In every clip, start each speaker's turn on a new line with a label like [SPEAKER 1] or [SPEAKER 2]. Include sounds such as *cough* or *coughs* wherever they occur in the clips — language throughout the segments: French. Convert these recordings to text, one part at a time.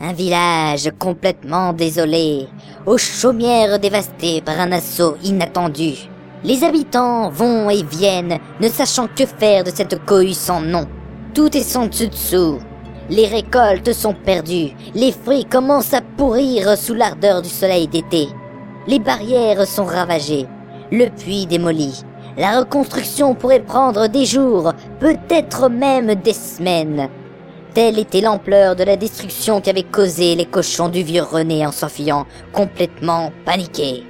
[SPEAKER 1] Un village complètement désolé, aux chaumières dévastées par un assaut inattendu. Les habitants vont et viennent, ne sachant que faire de cette cohue sans nom. Tout est sans dessus-dessous. Les récoltes sont perdues, les fruits commencent à pourrir sous l'ardeur du soleil d'été. Les barrières sont ravagées, le puits démoli. La reconstruction pourrait prendre des jours, peut-être même des semaines. Telle était l'ampleur de la destruction qu'avaient causée les cochons du vieux René en s'enfuyant, complètement paniqués.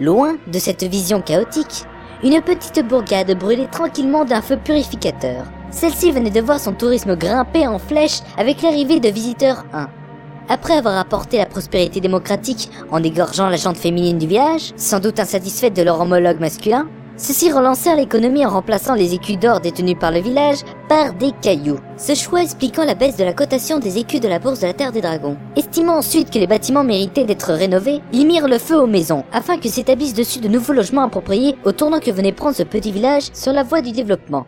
[SPEAKER 1] Loin de cette vision chaotique, une petite bourgade brûlait tranquillement d'un feu purificateur. Celle-ci venait de voir son tourisme grimper en flèche avec l'arrivée de visiteurs 1. Après avoir apporté la prospérité démocratique en égorgeant la jante féminine du village, sans doute insatisfaite de leur homologue masculin, ceux-ci relancèrent l'économie en remplaçant les écus d'or détenus par le village par des cailloux. Ce choix expliquant la baisse de la cotation des écus de la bourse de la Terre des Dragons. Estimant ensuite que les bâtiments méritaient d'être rénovés, ils mirent le feu aux maisons afin que s'établissent dessus de nouveaux logements appropriés au tournant que venait prendre ce petit village sur la voie du développement.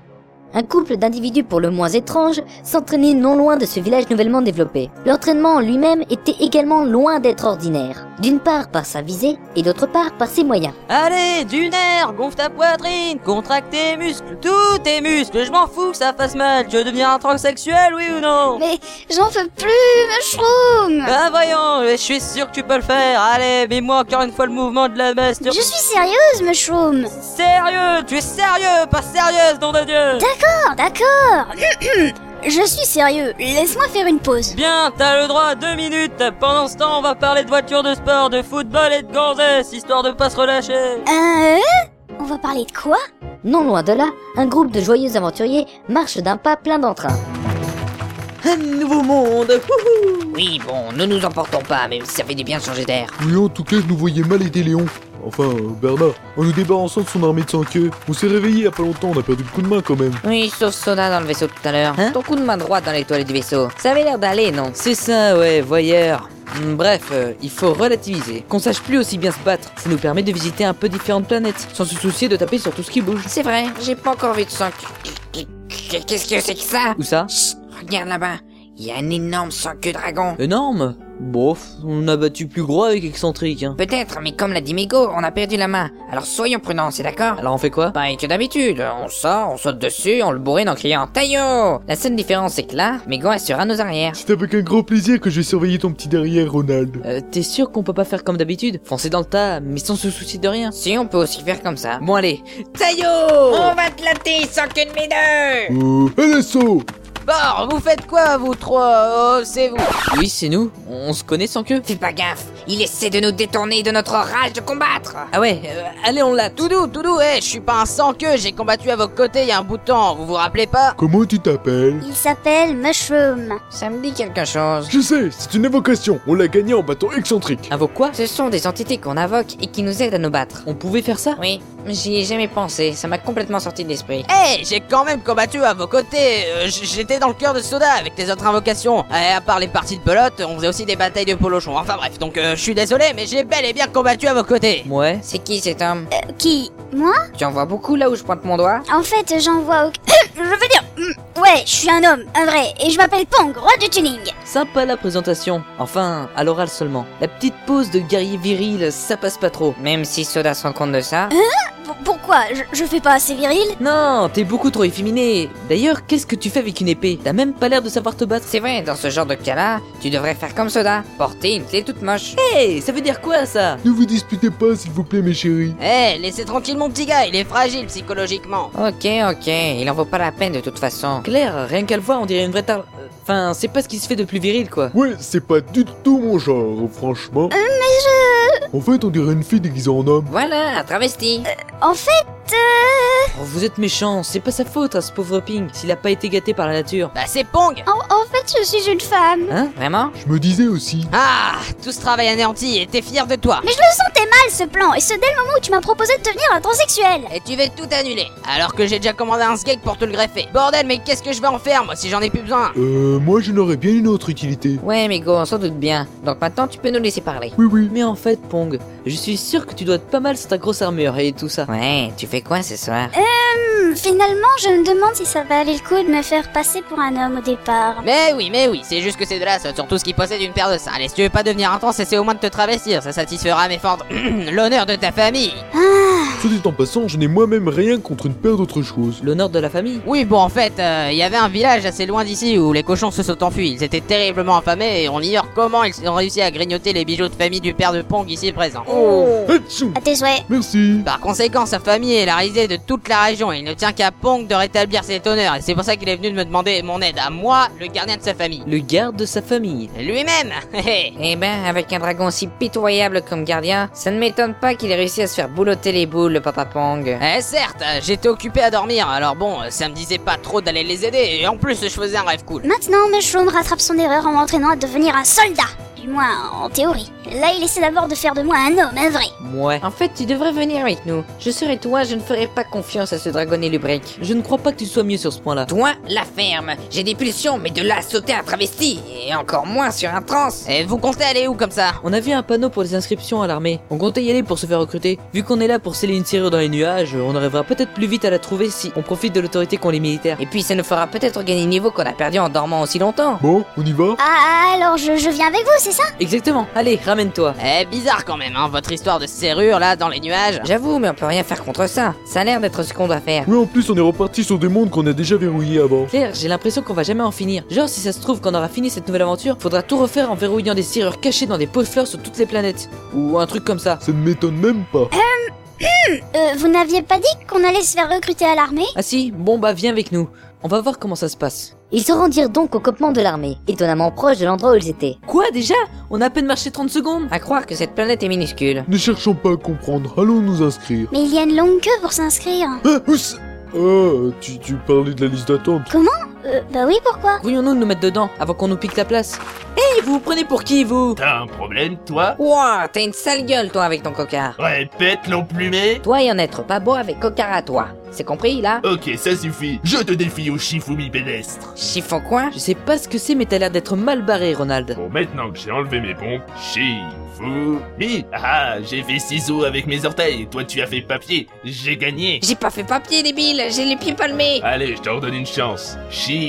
[SPEAKER 1] Un couple d'individus pour le moins étranges s'entraînait non loin de ce village nouvellement développé. L'entraînement en lui-même était également loin d'être ordinaire. D'une part par sa visée et d'autre part par ses moyens.
[SPEAKER 2] Allez, du nerf, gonfle ta poitrine, contracte tes muscles, tous tes muscles, je m'en fous que ça fasse mal, tu veux devenir un transsexuel, oui ou non
[SPEAKER 3] Mais j'en veux plus, mushroom
[SPEAKER 2] Ah voyons, je suis sûr que tu peux le faire, allez, mets-moi encore une fois le mouvement de la
[SPEAKER 3] Je
[SPEAKER 2] master...
[SPEAKER 3] suis sérieuse, mushroom
[SPEAKER 2] Sérieux, tu es sérieux, pas sérieuse, nom de Dieu
[SPEAKER 3] D'accord, d'accord Je suis sérieux, laisse-moi faire une pause.
[SPEAKER 2] Bien, t'as le droit à deux minutes. Pendant ce temps, on va parler de voitures de sport, de football et de gonzesse, histoire de pas se relâcher.
[SPEAKER 3] Euh On va parler de quoi
[SPEAKER 1] Non loin de là, un groupe de joyeux aventuriers marche d'un pas plein d'entrain.
[SPEAKER 4] Un nouveau monde
[SPEAKER 5] Oui, bon, ne nous emportons pas, même si ça fait du bien de changer d'air.
[SPEAKER 6] Oui, en tout cas, je nous voyais mal aider Léon. Enfin, euh, Bernard, en nous débarrassant de son armée de sans queue. On s'est réveillé il y a pas longtemps, on a perdu le coup de main quand même.
[SPEAKER 5] Oui, sauf Sona dans le vaisseau tout à l'heure.
[SPEAKER 4] Hein
[SPEAKER 5] Ton coup de main droite dans les toilettes du vaisseau. Ça avait l'air d'aller, non
[SPEAKER 4] C'est ça, ouais, voyeur. Hum, Bref, euh, il faut relativiser. Qu'on sache plus aussi bien se battre, ça nous permet de visiter un peu différentes planètes, sans se soucier de taper sur tout ce qui bouge.
[SPEAKER 5] C'est vrai, j'ai pas encore vu de sang. Qu'est-ce que c'est que ça
[SPEAKER 4] Où ça
[SPEAKER 5] Chut, regarde là-bas. Il y a un énorme sang que dragon.
[SPEAKER 4] Énorme Bof, on a battu plus gros avec excentrique, hein.
[SPEAKER 5] Peut-être, mais comme l'a dit Mego, on a perdu la main. Alors soyons prudents, c'est d'accord
[SPEAKER 4] Alors on fait quoi
[SPEAKER 5] Pareil que d'habitude, on sort, on saute dessus, on le bourrine en criant Taillot La seule différence c'est que là, Mego assurera nos arrières.
[SPEAKER 6] C'est avec un grand plaisir que je vais surveiller ton petit derrière, Ronald.
[SPEAKER 4] Euh, T'es sûr qu'on peut pas faire comme d'habitude Foncer dans le tas, mais sans se soucier de rien
[SPEAKER 5] Si on peut aussi faire comme ça.
[SPEAKER 4] Bon allez,
[SPEAKER 5] On
[SPEAKER 4] Taillot
[SPEAKER 5] va te latter sans qu'une de mes deux
[SPEAKER 6] Euh, à l'assaut
[SPEAKER 2] Bon, vous faites quoi, vous trois Oh, c'est vous.
[SPEAKER 4] Oui, c'est nous, on se connaît sans queue.
[SPEAKER 5] Fais pas gaffe, il essaie de nous détourner de notre rage de combattre
[SPEAKER 4] Ah ouais, euh, allez on l'a tout.
[SPEAKER 2] Toudou, Toudou, hé, je suis pas un sans-queue, j'ai combattu à vos côtés il y a un bout de temps, vous vous rappelez pas
[SPEAKER 6] Comment tu t'appelles
[SPEAKER 3] Il s'appelle Mushroom.
[SPEAKER 5] Ça me dit quelque chose.
[SPEAKER 6] Je sais, c'est une invocation. On l'a gagné en battant excentrique.
[SPEAKER 4] Invoque Ah, quoi
[SPEAKER 5] Ce sont des entités qu'on invoque et qui nous aident à nous battre.
[SPEAKER 4] On pouvait faire ça
[SPEAKER 5] Oui, mais j'y ai jamais pensé, ça m'a complètement sorti de l'esprit.
[SPEAKER 2] Hé, j'ai quand même combattu à vos côtés, euh, j- j'étais dans le cœur de Soda avec les autres invocations. Et à part les parties de pelote, on faisait aussi des batailles de polochon, enfin bref, donc euh, je suis désolé, mais j'ai bel et bien combattu à vos côtés.
[SPEAKER 4] Ouais.
[SPEAKER 5] C'est qui cet homme
[SPEAKER 3] Euh, qui Moi
[SPEAKER 5] Tu en vois beaucoup là où je pointe mon doigt
[SPEAKER 3] En fait, j'en vois au- *coughs* Je veux dire, hmm, ouais, je suis un homme, un vrai, et je m'appelle Pong, roi du tuning.
[SPEAKER 4] Sympa la présentation. Enfin, à l'oral seulement. La petite pose de guerrier viril, ça passe pas trop.
[SPEAKER 5] Même si Soda se rend compte de ça,
[SPEAKER 4] Hein?
[SPEAKER 3] P- pourquoi je, je fais pas assez viril
[SPEAKER 4] Non, t'es beaucoup trop efféminé. D'ailleurs, qu'est-ce que tu fais avec une épée T'as même pas l'air de savoir te battre.
[SPEAKER 5] c'est vrai, dans ce genre de cas-là, tu devrais faire comme Soda, porter une clé toute moche.
[SPEAKER 4] Hey, ça veut dire quoi ça
[SPEAKER 6] Ne vous disputez pas, s'il vous plaît, mes chéris.
[SPEAKER 2] Hé, laissez tranquille mon petit gars, il est fragile psychologiquement.
[SPEAKER 4] Hein?
[SPEAKER 5] Ok, ok, il en vaut pas la peine de toute façon.
[SPEAKER 4] Claire, rien qu'à le voir, on dirait une vraie tar... euh, Enfin, c'est pas ce qui se fait de plus viril, quoi.
[SPEAKER 6] Ouais, c'est pas du tout mon genre, franchement. Euh, mais je... En fait, on dirait une fille déguisée en homme.
[SPEAKER 5] Voilà, un travesti.
[SPEAKER 3] En fait, euh,
[SPEAKER 4] Oh, vous êtes méchant, c'est pas sa faute à ce pauvre Ping, s'il a pas été gâté par la nature.
[SPEAKER 2] Bah c'est Pong
[SPEAKER 3] en, en fait, je suis une femme.
[SPEAKER 5] Vraiment
[SPEAKER 6] Je me disais aussi.
[SPEAKER 2] Ah, tout ce travail anéanti, et t'es fier de toi
[SPEAKER 3] Mais je le sentais mal ce plan, et ce dès le moment où tu m'as proposé de devenir un transsexuel.
[SPEAKER 2] Et tu vas tout annuler, alors que j'ai déjà commandé un skate pour te le greffer. Bordel, mais qu'est-ce que je vais en faire, moi, si j'en ai plus besoin
[SPEAKER 6] Euh, moi, je n'aurais bien une autre utilité.
[SPEAKER 5] Ouais, mais go, on s'en doute bien. Donc maintenant, tu peux nous laisser parler.
[SPEAKER 6] Oui, oui.
[SPEAKER 4] Mais en fait, Pong, je suis sûr que tu dois être pas mal sur ta grosse armure et tout ça.
[SPEAKER 5] Ouais, tu fais quoi ce soir
[SPEAKER 3] Hmm, Hmm, finalement, je me demande si ça va aller le coup de me faire passer pour un homme au départ.
[SPEAKER 2] Mais oui, mais oui, c'est juste que c'est de la sotte, surtout ce qui possède une paire de seins. Allez, si tu veux pas devenir intense, essaie au moins de te travestir, ça satisfera mes fentes. *clears throat* L'honneur de ta famille
[SPEAKER 3] Ah.
[SPEAKER 6] Soit dit en passant, je n'ai moi-même rien contre une paire d'autres choses.
[SPEAKER 4] L'honneur de la famille
[SPEAKER 2] Oui, bon, en fait, euh, il y avait un village assez loin d'ici où les cochons se sont enfuis. Ils étaient terriblement affamés et on ignore comment ils ont réussi à grignoter les bijoux de famille du père de Pong ici présent.
[SPEAKER 3] Oh. Ah.
[SPEAKER 6] Hatchou
[SPEAKER 3] À tes souhaits.
[SPEAKER 6] Eh, Merci
[SPEAKER 2] Par conséquent, sa famille est la risée de toute la région. Il ne tient qu'à Pong de rétablir cet honneur et c'est pour ça qu'il est venu de me demander mon aide à moi, le gardien de sa famille.
[SPEAKER 4] Le garde de sa famille.
[SPEAKER 2] Lui-même *laughs* Hé, hé.
[SPEAKER 5] Eh ben, avec un dragon si pitoyable comme gardien, ça ne m'étonne pas qu'il ait réussi à se faire boulotter les boules, le papa Pong.
[SPEAKER 2] Eh certes, euh, j'étais occupé à dormir, alors bon, euh, ça me disait pas trop d'aller les aider, et en plus je faisais un rêve cool.
[SPEAKER 3] Maintenant, Mushroom rattrape son erreur en m'entraînant à devenir un soldat. Du moins, en théorie. Là, il essaie d'abord de faire de moi un homme, un vrai.
[SPEAKER 4] Mouais.
[SPEAKER 5] En fait, tu devrais venir avec nous. Je serai toi, je ne ferai pas confiance à ce dragon élubrique.
[SPEAKER 4] Je ne crois pas que tu sois mieux sur ce point-là.
[SPEAKER 5] Toi, la ferme. J'ai des pulsions, mais de là à sauter un travesti, et encore moins sur un trans.
[SPEAKER 2] Et vous comptez aller où comme ça
[SPEAKER 4] On avait un panneau pour les inscriptions à l'armée. On comptait y aller pour se faire recruter. Vu qu'on est là pour sceller une serrure dans les nuages, on arrivera peut-être plus vite à la trouver si on profite de l'autorité qu'ont les militaires.
[SPEAKER 5] Et puis, ça nous fera peut-être gagner le niveau qu'on a perdu en dormant aussi longtemps.
[SPEAKER 6] Bon, on y va
[SPEAKER 3] Ah, alors je, je viens avec vous, c'est ça
[SPEAKER 4] Exactement. Allez, ramène-toi.
[SPEAKER 2] Eh bizarre quand même, hein, votre histoire de serrure là dans les nuages.
[SPEAKER 5] J'avoue, mais on peut rien faire contre ça. Ça a l'air d'être ce qu'on doit faire.
[SPEAKER 6] Oui, en plus, on est reparti sur des mondes qu'on a déjà verrouillés avant.
[SPEAKER 4] Claire, j'ai l'impression qu'on va jamais en finir. Genre, si ça se trouve qu'on aura fini cette nouvelle aventure, faudra tout refaire en verrouillant des serrures cachées dans des pots de fleurs sur toutes les planètes. Ou un truc comme ça.
[SPEAKER 6] Ça ne m'étonne même pas.
[SPEAKER 3] Euh, vous n'aviez pas dit qu'on allait se faire recruter à l'armée
[SPEAKER 4] Ah si, bon bah viens avec nous. On va voir comment ça se passe.
[SPEAKER 1] Ils se rendirent donc au campement de l'armée, étonnamment proche de l'endroit où ils étaient.
[SPEAKER 4] Quoi déjà On a à peine marché 30 secondes
[SPEAKER 5] À croire que cette planète est minuscule.
[SPEAKER 6] Ne cherchons pas à comprendre, allons nous inscrire.
[SPEAKER 3] Mais il y a une longue queue pour s'inscrire.
[SPEAKER 6] Ah, oups Ah, tu, tu parlais de la liste d'attente.
[SPEAKER 3] Euh, bah oui, pourquoi
[SPEAKER 4] Grouillons-nous de nous mettre dedans avant qu'on nous pique la place. Hey, vous vous prenez pour qui vous
[SPEAKER 7] T'as un problème, toi
[SPEAKER 5] Ouah, t'as une sale gueule, toi, avec ton cocard.
[SPEAKER 7] Répète l'emplumé
[SPEAKER 5] Toi et en être pas beau avec cocard à toi. C'est compris, là
[SPEAKER 7] Ok, ça suffit. Je te défie au Shifumi pédestre.
[SPEAKER 5] Chiffon coin
[SPEAKER 4] Je sais pas ce que c'est, mais t'as l'air d'être mal barré, Ronald.
[SPEAKER 7] Bon, maintenant que j'ai enlevé mes pompes, Shifumi Ah, j'ai fait ciseaux avec mes orteils, toi tu as fait papier, j'ai gagné
[SPEAKER 5] J'ai pas fait papier, débile J'ai les pieds palmés
[SPEAKER 7] Allez, je te redonne une chance. Shifumi *laughs*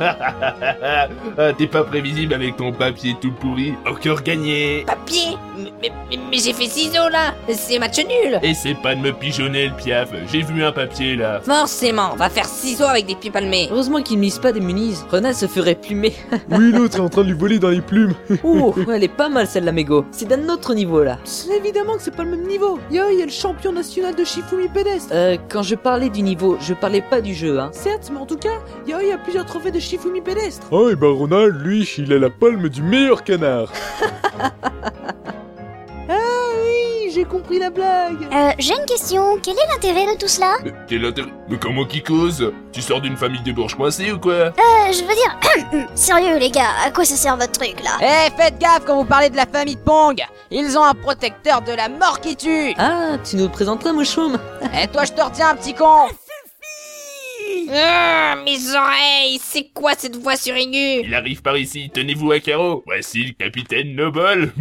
[SPEAKER 7] Ah, T'es pas prévisible avec ton papier tout pourri. Encore gagné
[SPEAKER 5] Papier Mais, mais- mais- mais j'ai fait ciseaux, là C'est match nul
[SPEAKER 7] Essaie pas de me pigeonner le piaf, j'ai vu un papier là.
[SPEAKER 5] Forcément, on va faire ciseaux avec des pieds palmés.
[SPEAKER 4] Heureusement qu'ils ne misent pas des munises. Ronald se ferait *laughs* plumer.
[SPEAKER 6] Oui, l'autre est en train de lui voler dans les plumes.
[SPEAKER 4] Oh, elle est pas mal celle-là, Mégo. C'est d'un autre niveau là. C'est évidemment que c'est pas le même niveau. Yo, il y a le champion national de Shifumi pédestre. Euh, quand je parlais du niveau, je parlais pas du jeu, hein. Certes, mais en tout cas, yo, il y a plusieurs trophées de Shifumi pédestre.
[SPEAKER 6] Ah, et ben Ronald, lui, il a la palme du meilleur canard.
[SPEAKER 4] Ah oui, j'ai compris la blague.
[SPEAKER 3] Euh, j'ai une question. Quel est l'intérêt de tout cela
[SPEAKER 7] Mais quel intérêt Mais comment qui cause Tu sors d'une famille de bourges coincés ou quoi
[SPEAKER 3] Euh, je veux dire... *clears throat* Sérieux, les gars, à quoi ça sert votre truc, là
[SPEAKER 2] Eh faites gaffe quand vous parlez de la famille de Pong Ils ont un protecteur de la mort qui tue
[SPEAKER 4] Ah, tu nous le présenteras, Mouchoum
[SPEAKER 2] Et toi je te retiens petit con
[SPEAKER 5] Ah, mes oreilles C'est quoi cette voix suraiguë
[SPEAKER 7] Il arrive par ici, tenez-vous à carreau. Voici le capitaine Noble.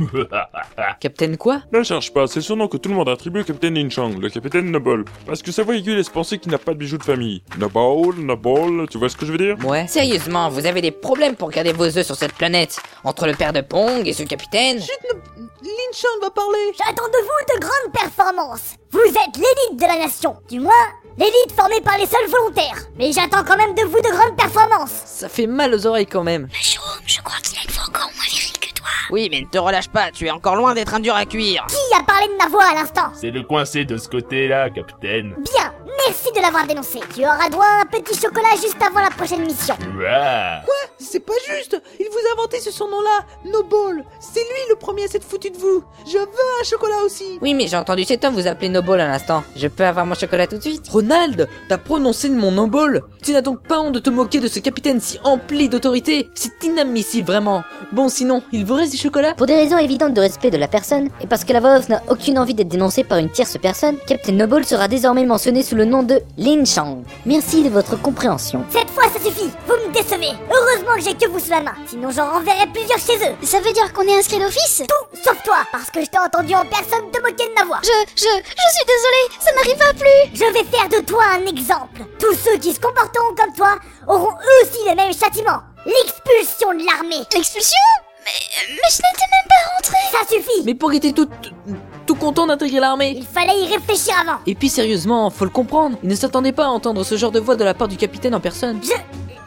[SPEAKER 7] *laughs*
[SPEAKER 4] Captain quoi
[SPEAKER 8] Ne le cherche pas, c'est le surnom que tout le monde attribue au capitaine Ninchang, le capitaine Noble. Parce que sa voix aiguë laisse penser qu'il n'a pas de bijoux de famille. Noble, Noble, tu vois ce que je veux dire
[SPEAKER 4] Ouais.
[SPEAKER 5] Sérieusement, vous avez des problèmes pour garder vos œufs sur cette planète Entre le père de Pong et ce capitaine
[SPEAKER 4] Linchan va parler
[SPEAKER 9] J'attends de vous de grandes performances. Vous êtes l'élite de la nation, du moins l'élite formée par les seuls volontaires. Mais j'attends quand même de vous de grandes performances.
[SPEAKER 4] Ça fait mal aux oreilles quand même.
[SPEAKER 3] Mushroom, je crois qu'il a une voix encore moins virile que toi.
[SPEAKER 2] Oui mais ne te relâche pas, tu es encore loin d'être un dur à cuire
[SPEAKER 9] Qui a parlé de ma voix à l'instant
[SPEAKER 7] C'est le coincé de ce côté-là, capitaine.
[SPEAKER 9] Bien, merci de l'avoir dénoncé. Tu auras droit à un petit chocolat juste avant la prochaine mission.
[SPEAKER 7] Ouah.
[SPEAKER 4] C'est pas juste Il vous a inventé ce surnom-là Noble C'est lui le premier à s'être foutu de vous Je veux un chocolat aussi
[SPEAKER 5] Oui, mais j'ai entendu cet homme vous appeler Noble à l'instant. Je peux avoir mon chocolat tout de suite
[SPEAKER 4] Ronald T'as prononcé de mon Noble Tu n'as donc pas honte de te moquer de ce capitaine si empli d'autorité C'est inadmissible, vraiment Bon, sinon, il vous reste du chocolat
[SPEAKER 1] Pour des raisons évidentes de respect de la personne, et parce que la voix off n'a aucune envie d'être dénoncée par une tierce personne, Captain Noble sera désormais mentionné sous le nom de Lin Chang. Merci de votre compréhension.
[SPEAKER 9] Cette fois,
[SPEAKER 3] ça suffit Vous me décevez Heureusement que j'ai que vous sous la main, sinon j'en renverrai plusieurs chez eux
[SPEAKER 10] Ça veut dire qu'on est inscrit d'office
[SPEAKER 3] Tout sauf toi Parce que je t'ai entendu en personne te moquer de ma voix
[SPEAKER 10] Je, je, je suis désolée, ça n'arrivera plus
[SPEAKER 3] Je vais faire de toi un exemple Tous ceux qui se comporteront comme toi auront eux aussi le même châtiment L'expulsion de l'armée
[SPEAKER 10] L'expulsion Mais, mais je n'étais même pas rentrée
[SPEAKER 3] Ça suffit
[SPEAKER 4] Mais pourquoi était tout, tout, tout content d'intégrer l'armée
[SPEAKER 3] Il fallait y réfléchir avant
[SPEAKER 4] Et puis sérieusement, faut le comprendre, il ne s'attendait pas à entendre ce genre de voix de la part du capitaine en personne.
[SPEAKER 3] Je...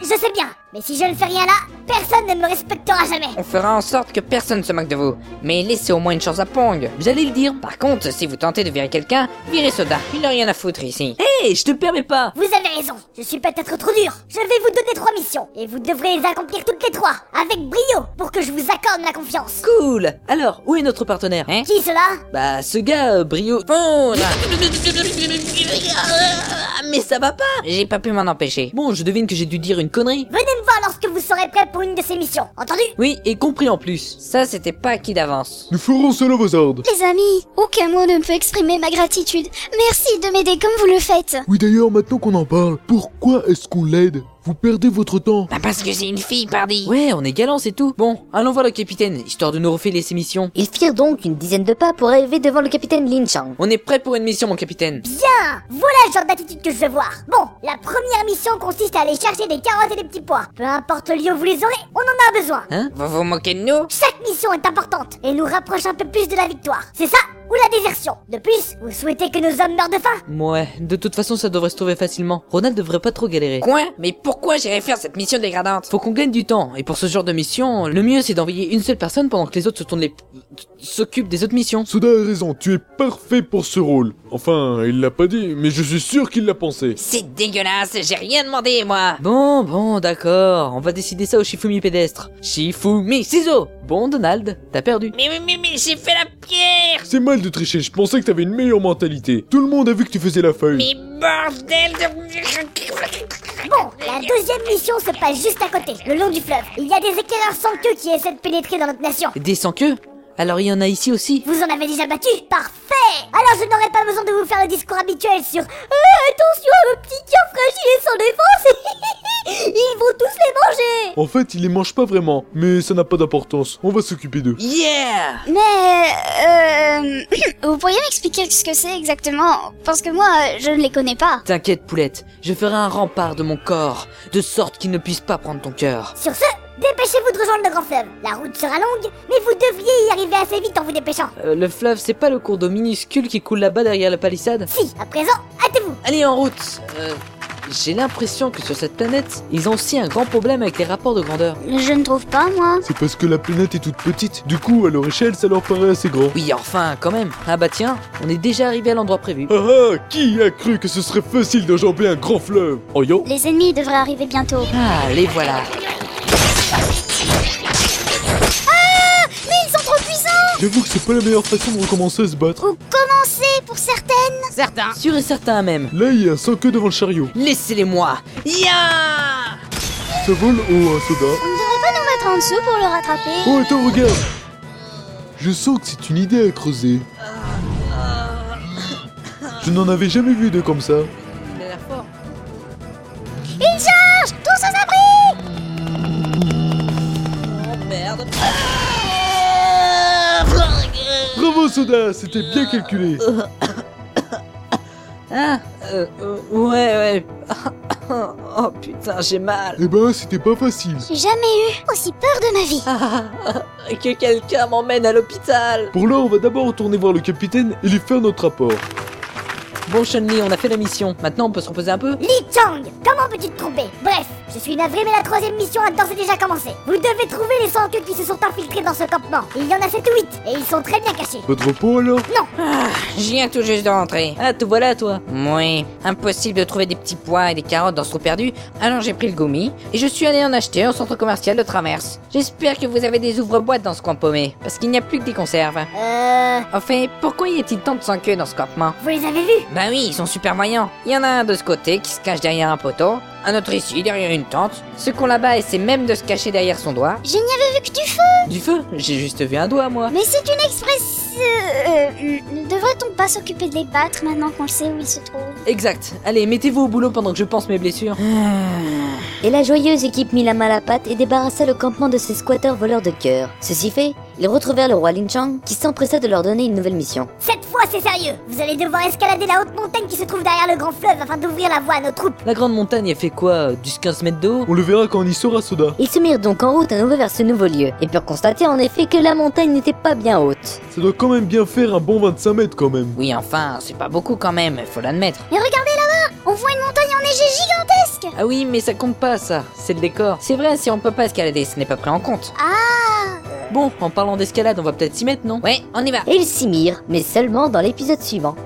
[SPEAKER 3] Je sais bien, mais si je ne fais rien là, personne ne me respectera jamais
[SPEAKER 5] On fera en sorte que personne ne se moque de vous, mais laissez au moins une chance à Pong.
[SPEAKER 4] J'allais le dire.
[SPEAKER 5] Par contre, si vous tentez de virer quelqu'un, virez Soda, il n'a rien à foutre ici.
[SPEAKER 4] Hé, je te permets pas
[SPEAKER 3] Vous avez raison, je suis peut-être trop dur Je vais vous donner trois missions, et vous devrez les accomplir toutes les trois, avec brio, pour que je vous accorde ma confiance
[SPEAKER 4] Cool Alors, où est notre partenaire
[SPEAKER 5] Hein
[SPEAKER 3] Qui cela
[SPEAKER 4] Bah, ce gars, euh, Brio...
[SPEAKER 5] Pong
[SPEAKER 4] Mais ça va pas
[SPEAKER 5] J'ai pas pu m'en empêcher.
[SPEAKER 4] Bon, je devine que j'ai dû dire une connerie.
[SPEAKER 3] Venez me voir lorsque vous serez prêt pour une de ces missions, entendu
[SPEAKER 4] Oui, et compris en plus.
[SPEAKER 5] Ça, c'était pas acquis d'avance.
[SPEAKER 6] Nous ferons cela, Vazard
[SPEAKER 10] Les amis, aucun mot ne peut exprimer ma gratitude. Merci de m'aider comme vous le faites.
[SPEAKER 6] Oui, d'ailleurs, maintenant qu'on en parle, pourquoi est-ce qu'on l'aide Vous perdez votre temps
[SPEAKER 5] Bah parce que c'est une fille, pardi.
[SPEAKER 4] Ouais, on est galant, c'est tout. Bon, allons voir le capitaine, histoire de nous refaire les missions.
[SPEAKER 1] Ils firent donc une dizaine de pas pour arriver devant le capitaine Lin Chang.
[SPEAKER 4] On est prêt pour une mission, mon capitaine.
[SPEAKER 3] Bien Voilà le genre d'attitude que je veux voir Bon, la première mission consiste à aller chercher des carottes et des petits pois. Peu importe le lieu où vous les aurez, on en a besoin
[SPEAKER 5] Vous vous moquez de nous
[SPEAKER 3] Chaque mission est importante et nous rapproche un peu plus de la victoire. C'est ça ou la désertion De plus, vous souhaitez que nos hommes meurent de faim
[SPEAKER 4] Ouais, de toute façon, ça devrait se trouver facilement. Ronald devrait pas trop galérer.
[SPEAKER 5] Quoi Mais pourquoi j'irais faire cette mission dégradante
[SPEAKER 4] Faut qu'on gagne du temps, et pour ce genre de mission, le mieux c'est d'envoyer une seule personne pendant que les autres se tournent les... s'occupent des autres missions.
[SPEAKER 6] Soda a raison, tu es parfait pour ce rôle. Enfin, il l'a pas dit, mais je suis sûr qu'il l'a pensé.
[SPEAKER 5] C'est dégueulasse, j'ai rien demandé, moi
[SPEAKER 4] Bon, bon, d'accord, on va décider ça au Shifumi pédestre. Shifumi ciseaux Bon, Donald, t'as perdu.
[SPEAKER 5] Mais, mais, mais, mais j'ai fait la pierre
[SPEAKER 6] C'est mal de tricher, je pensais que t'avais une meilleure mentalité. Tout le monde a vu que tu faisais la feuille.
[SPEAKER 5] Mais bordel de...
[SPEAKER 3] Bon, la deuxième mission se passe juste à côté, le long du fleuve. Il y a des éclaireurs sans queue qui essaient de pénétrer dans notre nation.
[SPEAKER 4] Des sans-queue Alors il y en a ici aussi
[SPEAKER 3] Vous en avez déjà battu Parfait Alors je n'aurai pas besoin de vous faire le discours habituel sur Euh, attention à vos petits cœurs fragiles et sans défense *laughs* Ils vont tous les manger
[SPEAKER 6] En fait, il les mange pas vraiment, mais ça n'a pas d'importance, on va s'occuper d'eux.
[SPEAKER 5] Yeah
[SPEAKER 10] Mais, euh, *clears throat* vous pourriez m'expliquer ce que c'est exactement Parce que moi, euh, je ne les connais pas.
[SPEAKER 4] T'inquiète, poulette, je ferai un rempart de mon corps, de sorte qu'il ne puisse pas prendre ton cœur.
[SPEAKER 3] Sur ce, dépêchez-vous de rejoindre le grand fleuve. La route sera longue, mais vous devriez y arriver assez vite en vous dépêchant.
[SPEAKER 4] Euh, le fleuve, c'est pas le cours d'eau minuscule qui coule là-bas derrière la palissade
[SPEAKER 3] Si, à présent, hâtez-vous
[SPEAKER 4] Allez, en route Euh, J'ai l'impression que sur cette planète, ils ont aussi un grand problème avec les rapports de grandeur.
[SPEAKER 10] Je ne trouve pas, moi.
[SPEAKER 6] C'est parce que la planète est toute petite, du coup, à leur échelle, ça leur paraît assez grand.
[SPEAKER 4] Oui, enfin, quand même. Ah bah tiens, on est déjà arrivé à l'endroit prévu.
[SPEAKER 6] Ah ah, qui a cru que ce serait facile d'enjamber un grand fleuve Oh yo
[SPEAKER 10] Les ennemis devraient arriver bientôt.
[SPEAKER 4] Ah, les voilà.
[SPEAKER 10] Mais ils sont trop puissants
[SPEAKER 6] J'avoue que c'est pas la meilleure façon de recommencer à se battre.
[SPEAKER 10] Ou commencer, pour certaines
[SPEAKER 2] Certains.
[SPEAKER 4] Sûr et certain même.
[SPEAKER 6] Là, il y a un sans queue devant le chariot.
[SPEAKER 4] Laissez-les-moi.
[SPEAKER 5] Yeah
[SPEAKER 6] Ça vole haut, un Soda.
[SPEAKER 10] On ne devrait pas nous mettre en dessous pour le rattraper.
[SPEAKER 6] Oh, attends, regarde Je sens que c'est une idée à creuser. Je n'en avais jamais vu deux comme ça.
[SPEAKER 10] Ils chargent Tous aux abris
[SPEAKER 6] Bravo, Soda C'était bien calculé
[SPEAKER 4] Ah, euh, euh, ouais, *laughs* ouais. oh putain, j'ai mal. *laughs*
[SPEAKER 6] Eh ben, c'était pas facile.
[SPEAKER 10] J'ai jamais eu aussi peur de ma vie.
[SPEAKER 4] Ah, que quelqu'un m'emmène à l'hôpital.
[SPEAKER 6] Pour là, on va d'abord retourner voir le capitaine et lui faire notre rapport.
[SPEAKER 4] Bon, Chun-Li, on a fait la mission. Maintenant, on peut se reposer un peu
[SPEAKER 3] Li Chang, comment peux-tu te tromper Bref, je suis navré, mais la troisième mission a d'ores et déjà commencé. Vous devez trouver les sans-queues qui se sont infiltrés dans ce campement. Il y en a 7 ou 8, et ils sont très bien cachés.
[SPEAKER 6] Votre repos alors
[SPEAKER 5] Je viens tout juste de rentrer.
[SPEAKER 4] Ah, te voilà, toi.
[SPEAKER 5] Oui, impossible de trouver des petits pois et des carottes dans ce trou perdu, alors j'ai pris le gommi et je suis allé en acheter au centre commercial de Traverse. J'espère que vous avez des ouvre-boîtes dans ce coin paumé, parce qu'il n'y a plus que des conserves.
[SPEAKER 3] Euh...
[SPEAKER 5] Enfin, pourquoi y a-t-il tant de sans queue dans ce campement
[SPEAKER 3] Vous les avez vus
[SPEAKER 5] Bah oui, ils sont super voyants. Il y en a un de ce côté qui se cache derrière un poteau, un autre ici derrière une tente, ce qu'on là-bas essaie même de se cacher derrière son doigt.
[SPEAKER 10] Je n'y avais vu que du feu.
[SPEAKER 4] Du feu J'ai juste vu un doigt, moi.
[SPEAKER 10] Mais c'est une express...
[SPEAKER 3] Euh, euh, ne devrait-on pas s'occuper de les battre maintenant qu'on le sait où ils se trouvent
[SPEAKER 4] Exact. Allez, mettez-vous au boulot pendant que je pense mes blessures.
[SPEAKER 1] Et la joyeuse équipe mit la main à la patte et débarrassa le campement de ses squatteurs voleurs de cœur. Ceci fait, ils retrouvèrent le roi Lin Chang qui s'empressa de leur donner une nouvelle mission.
[SPEAKER 9] Cette fois, c'est sérieux. Vous allez devoir escalader la haute montagne qui se trouve derrière le grand fleuve afin d'ouvrir la voie à nos troupes.
[SPEAKER 4] La grande montagne, elle fait quoi 10-15 mètres d'eau
[SPEAKER 6] On le verra quand on y sera, Soda.
[SPEAKER 1] Ils se mirent donc en route à nouveau vers ce nouveau lieu et purent constater en effet que la montagne n'était pas bien haute.
[SPEAKER 6] Ça doit quand même bien faire un bon 25 mètres quand même.
[SPEAKER 5] Oui, enfin, c'est pas beaucoup quand même, faut l'admettre.
[SPEAKER 3] Mais regardez là-bas On voit une montagne enneigée gigantesque
[SPEAKER 4] Ah oui, mais ça compte pas, ça. C'est le décor.
[SPEAKER 5] C'est vrai, si on peut pas escalader, ce n'est pas pris en compte.
[SPEAKER 4] Bon, en parlant d'escalade, on va peut-être s'y mettre, non
[SPEAKER 5] Ouais, on y va.
[SPEAKER 1] Et ils s'y mirent, mais seulement dans l'épisode suivant.